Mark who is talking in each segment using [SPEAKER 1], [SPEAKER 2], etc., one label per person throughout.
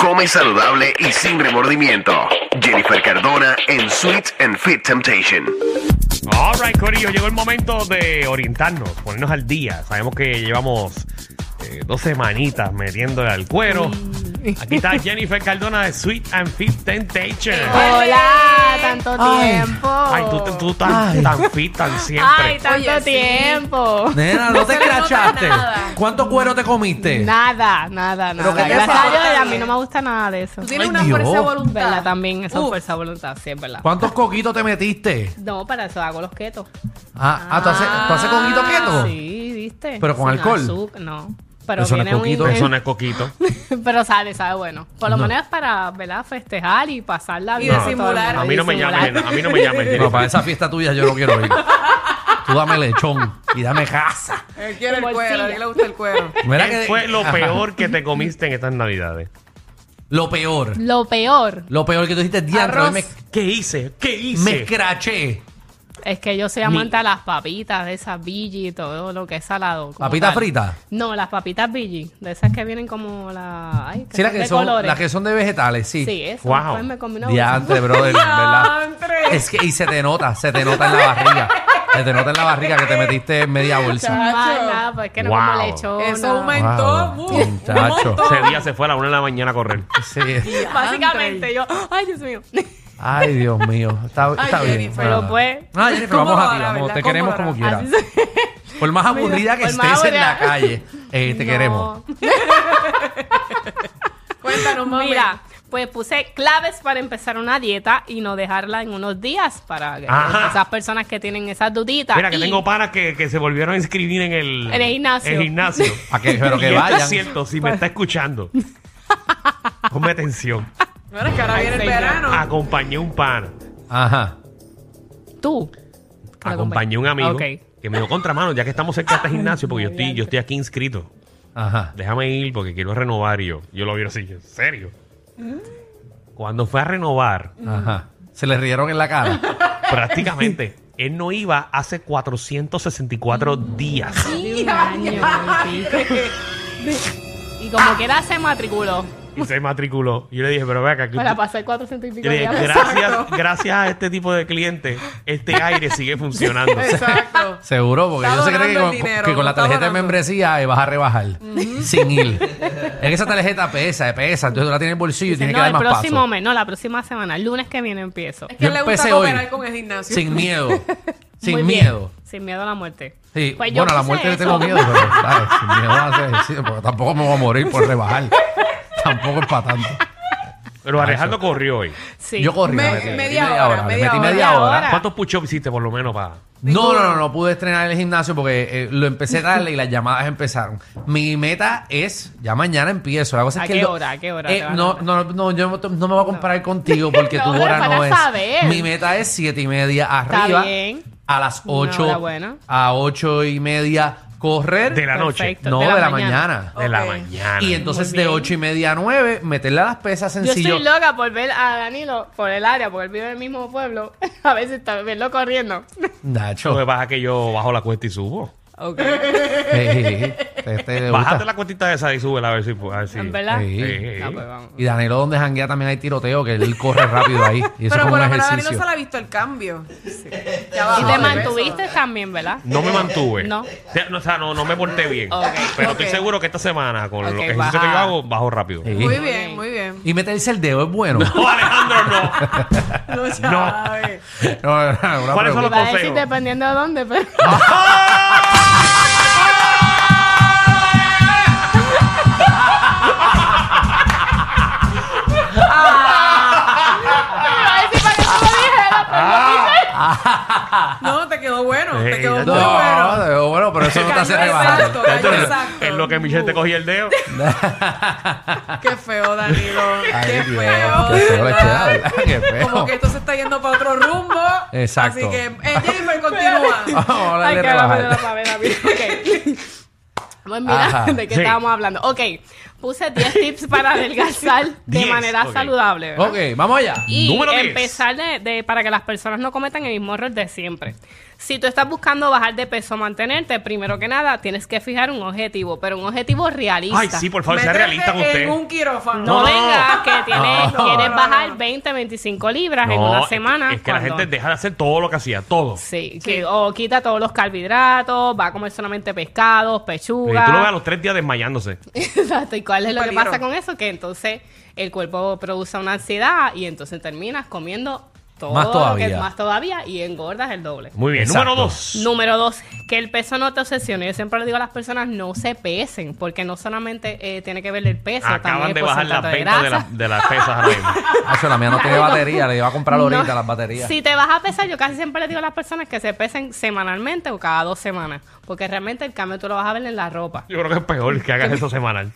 [SPEAKER 1] Come saludable y sin remordimiento. Jennifer Cardona en Sweet and Fit Temptation.
[SPEAKER 2] All right, Corillo, llegó el momento de orientarnos, ponernos al día. Sabemos que llevamos eh, dos semanitas metiéndole al cuero.
[SPEAKER 3] Mm.
[SPEAKER 2] Aquí está Jennifer Cardona de Sweet and Fit Temptation.
[SPEAKER 3] Oh. Hola, tanto
[SPEAKER 4] Ay.
[SPEAKER 3] tiempo.
[SPEAKER 2] Ay, tú, te- tú tan,
[SPEAKER 4] Ay.
[SPEAKER 2] tan fit, tan
[SPEAKER 3] Ay,
[SPEAKER 2] siempre.
[SPEAKER 3] tanto
[SPEAKER 5] Oye, sí.
[SPEAKER 3] tiempo.
[SPEAKER 4] Nena, no te
[SPEAKER 5] se le nota
[SPEAKER 4] escrachaste.
[SPEAKER 5] nada.
[SPEAKER 4] ¿Cuánto cuero te comiste?
[SPEAKER 3] Nada, nada,
[SPEAKER 4] Pero
[SPEAKER 3] nada.
[SPEAKER 4] que te
[SPEAKER 3] Gracias a Dios,
[SPEAKER 5] falta.
[SPEAKER 3] a mí no me gusta nada de eso.
[SPEAKER 5] Tú tienes
[SPEAKER 4] Ay,
[SPEAKER 5] una
[SPEAKER 4] Dios.
[SPEAKER 5] fuerza de voluntad.
[SPEAKER 3] ¿Verdad? También eso es
[SPEAKER 5] Uf.
[SPEAKER 3] fuerza de voluntad, sí, es verdad.
[SPEAKER 4] ¿Cuántos coquitos te metiste?
[SPEAKER 3] No, para eso hago los ketos.
[SPEAKER 4] Ah, ah, ¿tú haces, tú haces coquito keto?
[SPEAKER 3] Sí, ¿viste?
[SPEAKER 4] ¿Pero con
[SPEAKER 3] Sin
[SPEAKER 4] alcohol?
[SPEAKER 3] azúcar, no. Pero
[SPEAKER 4] Eso no es
[SPEAKER 3] viene un
[SPEAKER 4] coquito.
[SPEAKER 3] ingrediente-
[SPEAKER 2] Eso no es coquito.
[SPEAKER 3] Pero sale, sabe bueno. Por lo
[SPEAKER 4] No.
[SPEAKER 3] menos es para, ¿verdad? Festejar y pasarla
[SPEAKER 5] Y
[SPEAKER 3] bien.
[SPEAKER 5] No. disimular.
[SPEAKER 2] A mí no me
[SPEAKER 3] Disimular.
[SPEAKER 2] llames, nena, a mí no me llames.
[SPEAKER 4] No,
[SPEAKER 2] Jennifer.
[SPEAKER 4] para esa fiesta tuya yo no quiero ir. Tú dame lechón y dame casa.
[SPEAKER 5] Él quiere eh, el
[SPEAKER 3] Como
[SPEAKER 5] cuero,
[SPEAKER 3] bolsilla.
[SPEAKER 5] a él le gusta el cuero.
[SPEAKER 4] Mira
[SPEAKER 2] ¿Qué
[SPEAKER 4] que-
[SPEAKER 2] fue lo
[SPEAKER 4] Ajá.
[SPEAKER 2] peor que te comiste en estas navidades?
[SPEAKER 4] Lo peor.
[SPEAKER 3] Lo peor
[SPEAKER 4] Lo peor que tú dijiste diantre. hoy Me,
[SPEAKER 2] ¿Qué hice? ¿Qué
[SPEAKER 4] me
[SPEAKER 2] hice?
[SPEAKER 4] escraché.
[SPEAKER 3] es que yo soy amante a las papitas, de esas Billy y todo lo que es salado. como
[SPEAKER 4] ¿Papitas
[SPEAKER 3] tal.
[SPEAKER 4] fritas?
[SPEAKER 3] No, las papitas Billy, de esas que vienen como la... Ay, que
[SPEAKER 4] Sí, las
[SPEAKER 3] son
[SPEAKER 4] que
[SPEAKER 3] de
[SPEAKER 4] son,
[SPEAKER 3] colores.
[SPEAKER 4] las que son de vegetales, sí.
[SPEAKER 3] Sí, eso.
[SPEAKER 2] Wow.
[SPEAKER 3] Después me comí una
[SPEAKER 4] Diantre,
[SPEAKER 3] bolsa.
[SPEAKER 4] brother, ¿verdad?
[SPEAKER 5] Diantre.
[SPEAKER 4] Es que, y se te nota, se te nota en la barriga. Se te nota en la barriga que te metiste media bolsa.
[SPEAKER 3] Más nada, pues es que no
[SPEAKER 2] Wow.
[SPEAKER 3] como lechón.
[SPEAKER 5] Eso
[SPEAKER 3] nada.
[SPEAKER 5] aumentó.
[SPEAKER 4] Wow,
[SPEAKER 5] uh, un
[SPEAKER 4] muchacho.
[SPEAKER 5] montón.
[SPEAKER 2] Ese día se fue a la una de la mañana a correr.
[SPEAKER 4] Sí.
[SPEAKER 3] Básicamente yo, ay Dios mío.
[SPEAKER 4] Ay, Dios mío. Está,
[SPEAKER 5] Ay,
[SPEAKER 4] está bien.
[SPEAKER 5] Jennifer.
[SPEAKER 3] Pero pues,
[SPEAKER 4] Ah, Jennifer,
[SPEAKER 5] ¿Cómo
[SPEAKER 4] vamos
[SPEAKER 5] lo
[SPEAKER 4] a ti,
[SPEAKER 5] hará,
[SPEAKER 4] vamos.
[SPEAKER 5] verdad?
[SPEAKER 4] Te
[SPEAKER 5] ¿Cómo
[SPEAKER 4] queremos
[SPEAKER 5] lo
[SPEAKER 4] como
[SPEAKER 5] hará?
[SPEAKER 4] quieras.
[SPEAKER 3] así se-
[SPEAKER 4] Por más aburrida que
[SPEAKER 3] Ah, por más
[SPEAKER 4] estés en la
[SPEAKER 3] aburrida.
[SPEAKER 4] calle, eh, te
[SPEAKER 3] No.
[SPEAKER 4] queremos.
[SPEAKER 5] Cuéntanos, mami.
[SPEAKER 3] Mira, pues puse claves para empezar una dieta y no dejarla en unos días para que-
[SPEAKER 2] Ajá.
[SPEAKER 3] esas personas que tienen esas duditas.
[SPEAKER 2] Mira, que
[SPEAKER 3] Y-
[SPEAKER 2] tengo panas que, que se volvieron a inscribir en el,
[SPEAKER 3] En el gimnasio. Pues.
[SPEAKER 2] el gimnasio.
[SPEAKER 4] A que- pero que
[SPEAKER 2] Y esto
[SPEAKER 4] vayan.
[SPEAKER 2] Es cierto, si me está escuchando. Ponme atención.
[SPEAKER 5] Bueno, es que ahora viene el
[SPEAKER 3] señor.
[SPEAKER 5] verano.
[SPEAKER 4] Ah,
[SPEAKER 2] Acompañé un pana.
[SPEAKER 4] Ajá.
[SPEAKER 3] Tú. Que lo
[SPEAKER 2] Acompañé un amigo
[SPEAKER 3] Ok.
[SPEAKER 2] que me dio contramano, ya que estamos cerca de este gimnasio, porque yo estoy, yo estoy aquí inscrito.
[SPEAKER 4] Ajá.
[SPEAKER 2] Déjame ir porque quiero renovar. Y yo, yo lo vi así, en serio.
[SPEAKER 3] Mm.
[SPEAKER 2] Cuando fue a renovar,
[SPEAKER 4] Ajá. Se le rieron en la cara.
[SPEAKER 2] prácticamente, él no iba hace 464 días.
[SPEAKER 3] De un año y pico. Y como quiera se matriculó
[SPEAKER 2] Y se matriculó. Y yo le dije, pero vea que
[SPEAKER 3] para pasar 400 y pico
[SPEAKER 2] Yo le
[SPEAKER 3] de
[SPEAKER 2] dije, gracias, gracias a este tipo de clientes, este aire sigue funcionando.
[SPEAKER 5] Exacto.
[SPEAKER 4] Seguro, porque
[SPEAKER 5] Está
[SPEAKER 4] ellos se creen que
[SPEAKER 5] donando
[SPEAKER 4] con,
[SPEAKER 5] el dinero,
[SPEAKER 4] que con la
[SPEAKER 5] está
[SPEAKER 4] tarjeta de
[SPEAKER 5] donando.
[SPEAKER 4] membresía eh, vas a rebajar
[SPEAKER 3] Mm.
[SPEAKER 4] sin ir. Es que esa tarjeta pesa, eh, pesa. Entonces tú la tienes en el bolsillo y tienes que
[SPEAKER 3] No,
[SPEAKER 4] dar
[SPEAKER 3] el
[SPEAKER 4] más
[SPEAKER 3] próximo
[SPEAKER 4] pasos.
[SPEAKER 3] mes, no, la próxima semana, el lunes que viene empiezo.
[SPEAKER 5] Es que
[SPEAKER 4] Yo
[SPEAKER 5] le gusta
[SPEAKER 4] empecé hoy.
[SPEAKER 5] cooperar con el gimnasio.
[SPEAKER 4] Sin miedo.
[SPEAKER 3] Muy
[SPEAKER 4] Sin
[SPEAKER 3] bien.
[SPEAKER 4] miedo.
[SPEAKER 3] Sin miedo a la muerte.
[SPEAKER 4] Sí.
[SPEAKER 3] Pues yo
[SPEAKER 4] bueno, a la
[SPEAKER 3] puse
[SPEAKER 4] muerte le
[SPEAKER 3] eso.
[SPEAKER 4] tengo miedo, pero ¿sabes? sin miedo a hacer- sí, porque tampoco me voy a morir por rebajar. tampoco es para tanto.
[SPEAKER 2] Pero Alejandro corrió hoy.
[SPEAKER 3] Sí.
[SPEAKER 4] Yo corrí.
[SPEAKER 5] Me-
[SPEAKER 4] la metí,
[SPEAKER 5] media hora,
[SPEAKER 4] le
[SPEAKER 5] media
[SPEAKER 4] metí
[SPEAKER 5] hora.
[SPEAKER 4] media hora.
[SPEAKER 3] Ahora.
[SPEAKER 2] ¿Cuántos push-ups hiciste por lo menos para...?
[SPEAKER 4] No, no, no, no pude estrenar en el gimnasio porque eh, lo empecé tarde y las llamadas empezaron. Mi meta es, ya mañana empiezo. La cosa es
[SPEAKER 3] ¿A
[SPEAKER 4] que
[SPEAKER 3] qué
[SPEAKER 4] lo-
[SPEAKER 3] hora? ¿A qué hora te
[SPEAKER 4] Eh,
[SPEAKER 3] vas a
[SPEAKER 4] no, no, no, yo no, no me voy a comparar contigo porque
[SPEAKER 3] No,
[SPEAKER 4] tu
[SPEAKER 3] pero
[SPEAKER 4] hora no
[SPEAKER 3] para
[SPEAKER 4] es.
[SPEAKER 3] saber.
[SPEAKER 4] Mi meta es siete y media arriba.
[SPEAKER 3] bien.
[SPEAKER 4] A las
[SPEAKER 3] Una hora
[SPEAKER 4] ocho.
[SPEAKER 3] buena.
[SPEAKER 4] A ocho y media correr.
[SPEAKER 2] De la noche.
[SPEAKER 3] Perfecto,
[SPEAKER 4] no, de la, mañana.
[SPEAKER 2] De la
[SPEAKER 5] Ok.
[SPEAKER 2] mañana.
[SPEAKER 4] Y entonces
[SPEAKER 3] Muy
[SPEAKER 4] de
[SPEAKER 3] bien.
[SPEAKER 4] ocho y media a nueve, meterle a las pesas
[SPEAKER 3] Yo
[SPEAKER 4] sencillo.
[SPEAKER 3] estoy loca por ver a Danilo por el área, porque él vive en el mismo pueblo. A veces está verlo corriendo.
[SPEAKER 2] Lo que
[SPEAKER 4] Nacho.
[SPEAKER 2] pasa es que yo bajo la cuesta y subo.
[SPEAKER 5] Ok.
[SPEAKER 4] eh, eh, eh, te- te gusta.
[SPEAKER 2] Bájate la cuestita esa y súbela a ver si... pu- A ver si...
[SPEAKER 3] ¿En verdad?
[SPEAKER 4] Sí.
[SPEAKER 2] Sí.
[SPEAKER 3] No, pues vamos.
[SPEAKER 4] Y Danilo, donde janguea también hay tiroteo, que él corre rápido ahí. Y eso es
[SPEAKER 5] Pero
[SPEAKER 4] como
[SPEAKER 5] por
[SPEAKER 4] un
[SPEAKER 5] lo menos a Danilo
[SPEAKER 4] ejercicio.
[SPEAKER 5] se le ha visto el cambio.
[SPEAKER 4] Ah,
[SPEAKER 3] Y te mantuviste también, ¿verdad?
[SPEAKER 2] No me mantuve.
[SPEAKER 3] No.
[SPEAKER 2] O sea, no, o sea, no, no me porté bien.
[SPEAKER 3] Ok,
[SPEAKER 2] Pero
[SPEAKER 5] ok.
[SPEAKER 2] estoy seguro que esta semana, con
[SPEAKER 3] Ok,
[SPEAKER 2] los ejercicios que yo
[SPEAKER 3] baja.
[SPEAKER 2] hago, bajo rápido.
[SPEAKER 4] Sí.
[SPEAKER 5] Muy bien, muy bien.
[SPEAKER 4] Y meterse el dedo es bueno.
[SPEAKER 2] No, Alejandro, no.
[SPEAKER 5] No, sabe.
[SPEAKER 4] No, no, no, una
[SPEAKER 2] ¿Cuáles son los
[SPEAKER 4] pregunta.
[SPEAKER 3] Iba a decir
[SPEAKER 2] consejos?
[SPEAKER 3] dependiendo de dónde, pero.
[SPEAKER 2] ¡Ah!
[SPEAKER 3] Iba a decir Ah. para que tú lo dijeras,
[SPEAKER 5] No, te quedó bueno. Te
[SPEAKER 2] Sí,
[SPEAKER 5] quedó muy
[SPEAKER 4] No,
[SPEAKER 5] bueno.
[SPEAKER 4] dedo bueno, pero eso no te hace
[SPEAKER 5] Cayó
[SPEAKER 4] rebajar.
[SPEAKER 5] exacto,
[SPEAKER 2] Tacho,
[SPEAKER 5] cayó
[SPEAKER 2] en lo-
[SPEAKER 5] exacto.
[SPEAKER 2] En lo que Michelle te cogía el dedo.
[SPEAKER 5] Qué feo, Danilo.
[SPEAKER 4] Ay,
[SPEAKER 5] qué
[SPEAKER 4] Dios,
[SPEAKER 5] feo.
[SPEAKER 4] qué feo
[SPEAKER 5] de
[SPEAKER 4] le
[SPEAKER 5] verdad.
[SPEAKER 4] queda, ¿verdad? Qué feo.
[SPEAKER 5] Como que esto se está yendo para otro rumbo.
[SPEAKER 4] Exacto.
[SPEAKER 5] Así que, eh, Jennifer, continúa.
[SPEAKER 4] Vamos a
[SPEAKER 3] Ay,
[SPEAKER 4] darle
[SPEAKER 3] que ahora me dio la
[SPEAKER 4] rebajar.
[SPEAKER 3] pavera, mira. Ok. Pues mira,
[SPEAKER 4] Ajá.
[SPEAKER 3] ¿de qué
[SPEAKER 2] Sí.
[SPEAKER 3] estábamos hablando? Ok, puse 10 tips para adelgazar de
[SPEAKER 2] Diez,
[SPEAKER 3] manera
[SPEAKER 2] ok.
[SPEAKER 3] saludable, ¿verdad?
[SPEAKER 4] Ok, vamos allá.
[SPEAKER 3] Y
[SPEAKER 2] Número diez.
[SPEAKER 3] empezar de, de- para que las personas no cometan el mismo error de siempre. Si tú estás buscando bajar de peso, mantenerte, primero que nada tienes que fijar un objetivo, pero un objetivo realista.
[SPEAKER 2] Ay, sí, por favor, sea realista con usted.
[SPEAKER 5] en un quirófano.
[SPEAKER 3] No,
[SPEAKER 2] No, no,
[SPEAKER 3] vengas que tienes,
[SPEAKER 5] No,
[SPEAKER 3] quieres
[SPEAKER 5] no, no,
[SPEAKER 3] bajar
[SPEAKER 5] no.
[SPEAKER 3] 20, 25 libras en
[SPEAKER 2] No,
[SPEAKER 3] una
[SPEAKER 2] es que-
[SPEAKER 3] semana.
[SPEAKER 2] Es que la
[SPEAKER 3] cuando-
[SPEAKER 2] gente deja de hacer todo lo que hacía, todo. Eh,
[SPEAKER 3] Sí, que- o quita todos los carbohidratos, va a comer solamente pescados,
[SPEAKER 2] Y tú lo ves a
[SPEAKER 3] pechuga.
[SPEAKER 2] los tres días desmayándose.
[SPEAKER 3] Exacto, ¿y cuál es lo que
[SPEAKER 5] Peligro.
[SPEAKER 3] pasa con eso? Que entonces el cuerpo produce una ansiedad y entonces terminas comiendo todo
[SPEAKER 4] Más
[SPEAKER 3] lo que
[SPEAKER 4] todavía.
[SPEAKER 3] más todavía y engordas el doble.
[SPEAKER 2] Muy bien.
[SPEAKER 4] Exacto.
[SPEAKER 2] Número dos.
[SPEAKER 3] Número dos, que el peso no te obsesione. Yo siempre le digo a las personas, no se pesen, porque no solamente eh, tiene que ver el peso, también
[SPEAKER 2] Acaban
[SPEAKER 3] el
[SPEAKER 2] de bajar las
[SPEAKER 3] porcentaje
[SPEAKER 2] ventas de,
[SPEAKER 3] grasa.
[SPEAKER 2] las- de las pesas ahora mismo.
[SPEAKER 4] Hacho, la mía no tiene batería, le iba a comprar ahorita
[SPEAKER 3] No.
[SPEAKER 4] las baterías.
[SPEAKER 3] Si te vas a pesar, yo casi siempre le digo a las personas que se pesen semanalmente o cada dos semanas, porque realmente el cambio tú lo vas a ver en la ropa.
[SPEAKER 2] Yo creo que es peor que hagas eso semanal.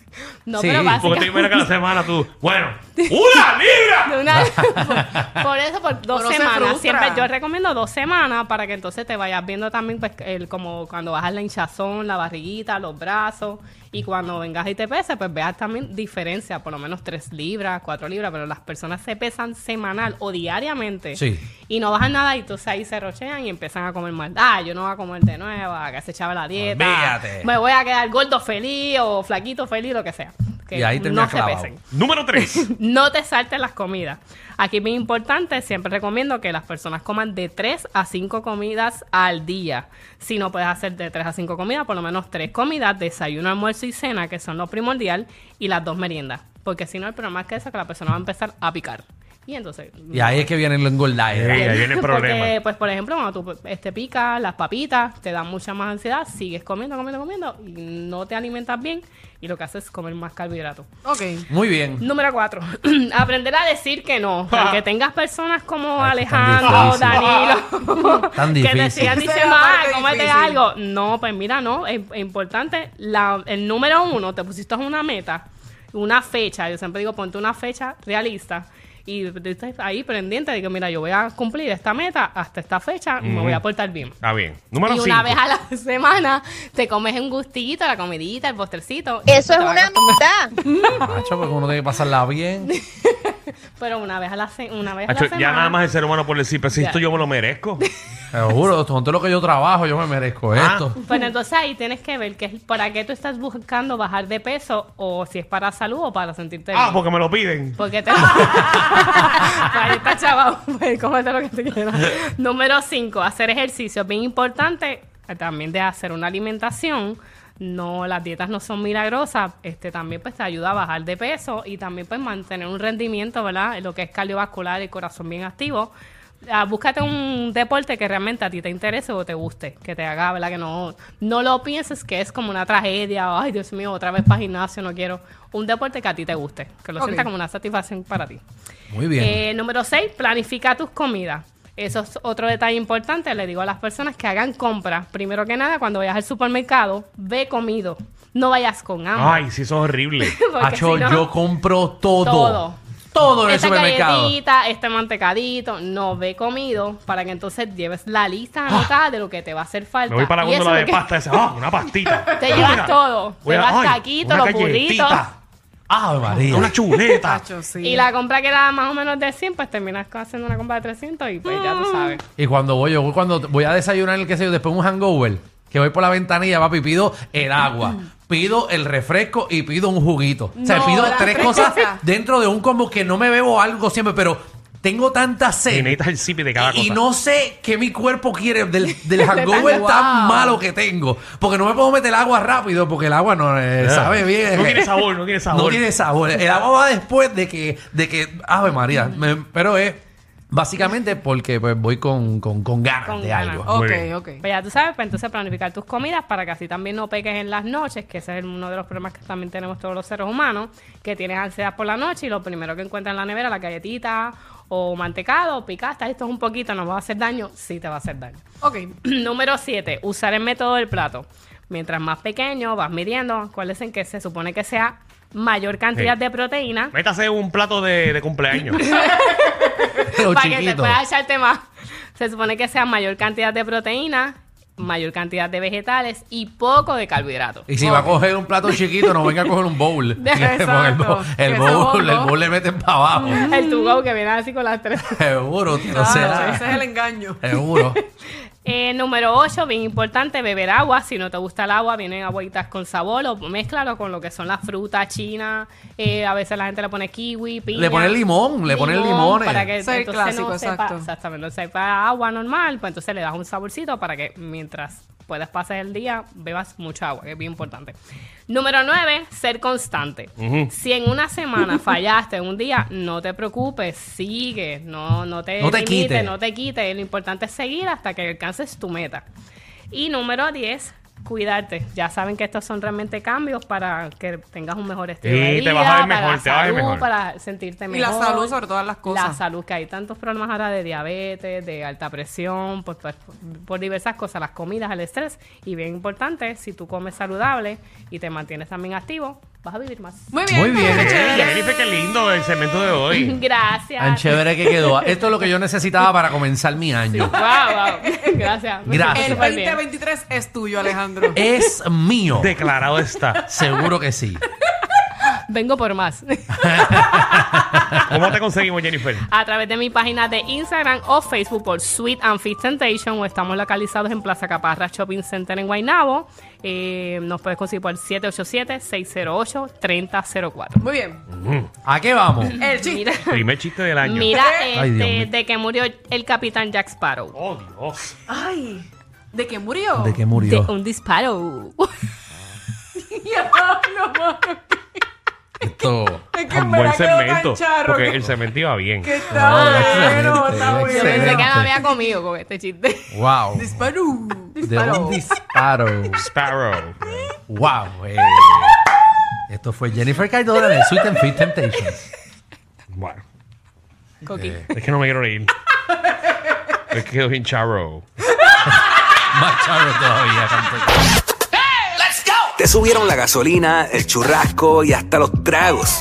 [SPEAKER 3] No,
[SPEAKER 4] Sí,
[SPEAKER 2] Porque te
[SPEAKER 3] pero básicamente...
[SPEAKER 2] imaginas cada semana tú, bueno, ¡una libra!
[SPEAKER 3] de una- por, por eso, por dos
[SPEAKER 5] Uno se
[SPEAKER 3] semanas.
[SPEAKER 5] frustra.
[SPEAKER 3] Siempre yo recomiendo dos semanas para que entonces te vayas viendo también pues, el, como cuando bajas la hinchazón, la barriguita, los brazos. Y cuando vengas y te peses, pues veas también diferencia, por lo menos tres libras, cuatro libras. Pero las personas se pesan semanal o diariamente.
[SPEAKER 4] Sí.
[SPEAKER 3] Y no bajan nada y entonces ahí se rochean y empiezan a comer mal. Ah, yo no voy a comer de nuevo, que se echaba la dieta.
[SPEAKER 4] Olvídate.
[SPEAKER 3] Me voy a quedar gordo feliz o flaquito feliz, lo que sea. Que
[SPEAKER 4] Y ahí
[SPEAKER 3] no
[SPEAKER 4] terminas
[SPEAKER 3] se
[SPEAKER 4] clavado.
[SPEAKER 3] pesen.
[SPEAKER 2] Número tres.
[SPEAKER 3] No te saltes las comidas. Aquí bien importante, siempre recomiendo que las personas coman de 3 a 5 comidas al día. Si no puedes hacer de 3 a 5 comidas, por lo menos 3 comidas, desayuno, almuerzo y cena, que son lo primordial, y las dos meriendas. Porque si no, el problema es que eso, que la persona va a empezar a picar. Y entonces...
[SPEAKER 4] Y ahí es que vienen los engordajes.
[SPEAKER 2] ahí viene el
[SPEAKER 3] Porque,
[SPEAKER 2] problema.
[SPEAKER 3] pues, por ejemplo, cuando tú este, picas las papitas, te dan mucha más ansiedad, sigues comiendo, comiendo, comiendo, y no te alimentas bien, y lo que haces es comer más carbohidratos.
[SPEAKER 5] Ok.
[SPEAKER 4] Muy bien.
[SPEAKER 3] Número cuatro, aprender a decir que no. Que tengas personas como
[SPEAKER 4] Ay, eso es tan
[SPEAKER 3] Alejandro,
[SPEAKER 4] difícil.
[SPEAKER 3] Danilo,
[SPEAKER 4] Tan
[SPEAKER 3] que te
[SPEAKER 4] difícil.
[SPEAKER 3] sigan
[SPEAKER 5] Esa es la
[SPEAKER 3] diciendo,
[SPEAKER 5] parte
[SPEAKER 3] "Ay, cómete
[SPEAKER 5] difícil".
[SPEAKER 3] algo. No, pues mira, no, es, es importante. La, el número uno, te pusiste una meta, una fecha. Yo siempre digo, ponte una fecha realista. Y tú estás ahí pendiente, digo, mira, yo voy a cumplir esta meta hasta esta fecha, me voy a portar bien.
[SPEAKER 2] Está bien. Número
[SPEAKER 3] y
[SPEAKER 2] cinco.
[SPEAKER 3] una vez a la semana te comes un gustito, la comidita, el postrecito. y
[SPEAKER 6] Eso
[SPEAKER 3] te
[SPEAKER 6] es
[SPEAKER 3] vas
[SPEAKER 6] una amistad.
[SPEAKER 4] Hacho, porque Ah, pues uno tiene que pasarla bien.
[SPEAKER 3] Pero una vez a la, se- una vez a la
[SPEAKER 2] Hacho,
[SPEAKER 3] semana.
[SPEAKER 2] ya nada más el ser humano por decir, pero si
[SPEAKER 3] Ya.
[SPEAKER 2] esto yo me lo merezco.
[SPEAKER 4] Te lo juro, con todo lo que yo trabajo, yo me merezco
[SPEAKER 2] Ah.
[SPEAKER 4] esto.
[SPEAKER 3] Bueno, Pues entonces ahí tienes que ver que es para qué tú estás buscando bajar de peso o si es para salud o para sentirte bien.
[SPEAKER 2] ah, porque me lo piden.
[SPEAKER 3] Porque te... ahí está, chaval. Pues, cómete lo que te quieras. Número 5, hacer ejercicio. Bien importante eh, también de hacer una alimentación. No, las dietas no son milagrosas. Este también pues te ayuda a bajar de peso y también pues mantener un rendimiento, ¿verdad? En Lo que es cardiovascular, el corazón bien activo. Ah, búscate un deporte que realmente a ti te interese o te guste, que te haga, ¿verdad? Que no, no lo pienses que es como una tragedia, o, ay Dios mío, otra vez para gimnasio, no quiero. Un deporte que a ti te guste, que lo
[SPEAKER 5] Ok.
[SPEAKER 3] sienta como una satisfacción para ti.
[SPEAKER 4] Muy bien.
[SPEAKER 3] Eh, número 6, planifica tus comidas. Eso es otro detalle importante. Le digo a las personas que hagan compras. Primero que nada, cuando vayas al supermercado, ve comido. No vayas con hambre.
[SPEAKER 2] Ay, sí, eso es horrible.
[SPEAKER 3] porque
[SPEAKER 4] Hacho,
[SPEAKER 3] si no-
[SPEAKER 4] Ah, yo compro todo.
[SPEAKER 3] Todo.
[SPEAKER 4] Todo. en el
[SPEAKER 3] esta
[SPEAKER 4] supermercado.
[SPEAKER 3] galletita, este mantecadito, no ve comido para que entonces lleves la lista anotada de lo que te va a hacer falta.
[SPEAKER 2] Ah. Me voy para la
[SPEAKER 3] Y eso
[SPEAKER 2] góndola
[SPEAKER 3] es
[SPEAKER 2] de
[SPEAKER 3] lo que-
[SPEAKER 2] pasta esa. Ah, una pastita.
[SPEAKER 3] Te llevas
[SPEAKER 2] Mira,
[SPEAKER 3] todo.
[SPEAKER 2] voy a-
[SPEAKER 3] Te vas
[SPEAKER 2] ay,
[SPEAKER 3] taquitos,
[SPEAKER 2] una
[SPEAKER 3] los
[SPEAKER 2] galletita,
[SPEAKER 3] burritos.
[SPEAKER 4] Ave María.
[SPEAKER 2] Una chuleta.
[SPEAKER 5] Tacho, sí.
[SPEAKER 3] Y la compra que era más o menos de 100, pues terminas haciendo una compra de 300 y pues ya tú
[SPEAKER 2] Mm.
[SPEAKER 3] sabes.
[SPEAKER 4] Y cuando voy, yo voy cuando voy a desayunar, el que sé yo, después un hangover, que voy por la ventanilla, papi, pido el agua, pido el refresco y pido un juguito. o sea,
[SPEAKER 5] No,
[SPEAKER 4] pido
[SPEAKER 5] las
[SPEAKER 4] tres
[SPEAKER 5] tres
[SPEAKER 4] cosas
[SPEAKER 5] cosas.
[SPEAKER 4] dentro de un combo que no me bebo algo siempre, pero tengo tanta
[SPEAKER 2] Y
[SPEAKER 4] sed.
[SPEAKER 2] necesitas el sipi de cada cosa.
[SPEAKER 4] Y no sé qué mi cuerpo quiere del, del hangover
[SPEAKER 5] Wow.
[SPEAKER 4] tan malo que tengo. Porque no me puedo meter el agua rápido, porque el agua no eh, sabe bien.
[SPEAKER 2] Ah. No tiene sabor, no tiene sabor.
[SPEAKER 4] No tiene sabor. El agua va después de que, de que Ave María. Me- pero es básicamente porque pues, voy con, con, con ganas
[SPEAKER 3] Con
[SPEAKER 4] de
[SPEAKER 3] ganas.
[SPEAKER 4] algo.
[SPEAKER 2] Muy
[SPEAKER 5] Ok,
[SPEAKER 2] bien.
[SPEAKER 5] ok.
[SPEAKER 3] Pues ya tú sabes, pues entonces planificar tus comidas para que así también no peques en las noches, que ese es uno de los problemas que también tenemos todos los seres humanos, que tienes ansiedad por la noche y lo primero que encuentras en la nevera, la galletita o mantecado, picasta, esto es un poquito, nos va a hacer daño, sí te va a hacer daño.
[SPEAKER 5] Ok.
[SPEAKER 3] Número 7, usar el método del plato. Mientras más pequeño vas midiendo, acuérdense que se supone que sea mayor cantidad
[SPEAKER 2] Sí.
[SPEAKER 3] de proteína
[SPEAKER 2] Métase un plato de, de cumpleaños.
[SPEAKER 4] Pero
[SPEAKER 3] para que te
[SPEAKER 4] chiquito.
[SPEAKER 3] puedas echarte más. Se supone que sea mayor cantidad de proteína, mayor cantidad de vegetales y poco de carbohidratos.
[SPEAKER 4] Y si va a coger un plato chiquito, no venga a coger un bowl.
[SPEAKER 5] Exacto.
[SPEAKER 4] Porque el, bo- el
[SPEAKER 5] Que se
[SPEAKER 4] bowl,
[SPEAKER 5] bobo.
[SPEAKER 4] el bowl le meten para abajo.
[SPEAKER 3] El to go que viene así con las tres.
[SPEAKER 5] Ah,
[SPEAKER 3] Ah,
[SPEAKER 4] Seguro, tío,
[SPEAKER 5] Claro,
[SPEAKER 4] será.
[SPEAKER 5] ese es el engaño.
[SPEAKER 4] Seguro.
[SPEAKER 3] Eh, número 8, bien importante, beber agua. Si no te gusta el agua, vienen agüitas con sabor o mézclalo con lo que son las frutas chinas. Eh, a veces la gente le pone kiwi, piña.
[SPEAKER 4] Le pone limón, le ponen limones.
[SPEAKER 3] Para que
[SPEAKER 5] Ese es el
[SPEAKER 3] entonces
[SPEAKER 5] clásico,
[SPEAKER 3] no sepa,
[SPEAKER 5] exacto.
[SPEAKER 3] exactamente, no sepa agua normal, pues entonces le das un saborcito para que mientras puedas pasar el día, bebas mucha agua, que es bien importante. Número 9, ser constante. Si en una semana fallaste un día, no te preocupes, sigue, no, no te
[SPEAKER 4] No te
[SPEAKER 3] limites,
[SPEAKER 4] quites.
[SPEAKER 3] no te quites. Lo importante es seguir hasta que alcances tu meta. Y número 10, cuidarte. Ya saben que estos son realmente cambios para que tengas un mejor estilo de
[SPEAKER 2] Y te
[SPEAKER 3] vida,
[SPEAKER 2] vas a ver
[SPEAKER 3] para
[SPEAKER 2] mejor,
[SPEAKER 3] la
[SPEAKER 2] te vas a ver
[SPEAKER 3] salud,
[SPEAKER 2] mejor.
[SPEAKER 3] para sentirte
[SPEAKER 5] Y
[SPEAKER 3] mejor.
[SPEAKER 5] la salud sobre todas las cosas.
[SPEAKER 3] La salud, que hay tantos problemas ahora de diabetes, de alta presión, por, por- por diversas cosas, las comidas, el estrés. Y bien importante, si tú comes saludable y te mantienes también activo, vas a vivir más.
[SPEAKER 5] Muy bien.
[SPEAKER 4] Muy bien.
[SPEAKER 5] qué
[SPEAKER 2] Eh,
[SPEAKER 5] chévere.
[SPEAKER 2] Jennifer, qué lindo el segmento de hoy.
[SPEAKER 3] Gracias.
[SPEAKER 4] Tan chévere que quedó. Esto es lo que yo necesitaba para comenzar mi año.
[SPEAKER 3] Wow, wow. Gracias. Me
[SPEAKER 4] Gracias.
[SPEAKER 3] siento
[SPEAKER 5] El
[SPEAKER 3] súper bien.
[SPEAKER 5] 2023 es tuyo, Alejandro.
[SPEAKER 4] Es mío.
[SPEAKER 2] Declarado está.
[SPEAKER 4] Seguro que sí.
[SPEAKER 3] Vengo por más.
[SPEAKER 2] ¿Cómo te conseguimos, Jennifer?
[SPEAKER 3] a través de mi página de Instagram o Facebook por Sweet and Fit Temptation o estamos localizados en Plaza Caparra Shopping Center en Guaynabo. Eh, nos puedes conseguir por 787-608-3004.
[SPEAKER 5] Muy bien.
[SPEAKER 4] ¿A qué vamos?
[SPEAKER 5] El chiste.
[SPEAKER 3] Mira,
[SPEAKER 2] Primer chiste del año.
[SPEAKER 3] mira
[SPEAKER 4] Ay, Dios
[SPEAKER 3] este,
[SPEAKER 4] mío.
[SPEAKER 3] de que murió el capitán Jack Sparrow.
[SPEAKER 2] Oh, Dios.
[SPEAKER 5] Ay, ¿de qué murió?
[SPEAKER 4] ¿De qué
[SPEAKER 3] De
[SPEAKER 4] murió?
[SPEAKER 3] un disparo.
[SPEAKER 5] Diablo, mano.
[SPEAKER 4] Esto.
[SPEAKER 5] Es que en
[SPEAKER 2] Ah, Un buen
[SPEAKER 5] verdad quedó tan
[SPEAKER 2] segmento.
[SPEAKER 5] charro
[SPEAKER 2] Porque
[SPEAKER 5] que-
[SPEAKER 2] el segmento iba bien.
[SPEAKER 5] que está
[SPEAKER 4] No,
[SPEAKER 5] bueno, está
[SPEAKER 4] excelente,
[SPEAKER 3] Yo pensé que
[SPEAKER 5] bueno.
[SPEAKER 4] excelente.
[SPEAKER 3] me había comido con este chiste.
[SPEAKER 4] Wow.
[SPEAKER 5] Disparó.
[SPEAKER 4] De un disparo.
[SPEAKER 2] Sparrow.
[SPEAKER 4] Wow. eh. Esto fue Jennifer Cardona de Sweet and Fit Temptations.
[SPEAKER 2] Bueno,
[SPEAKER 3] Coqui.
[SPEAKER 4] Eh,
[SPEAKER 2] es que no me quiero reír. Es que quedó bien charro.
[SPEAKER 4] Más charro todavía. canto.
[SPEAKER 6] Te subieron la gasolina, el churrasco y hasta los tragos.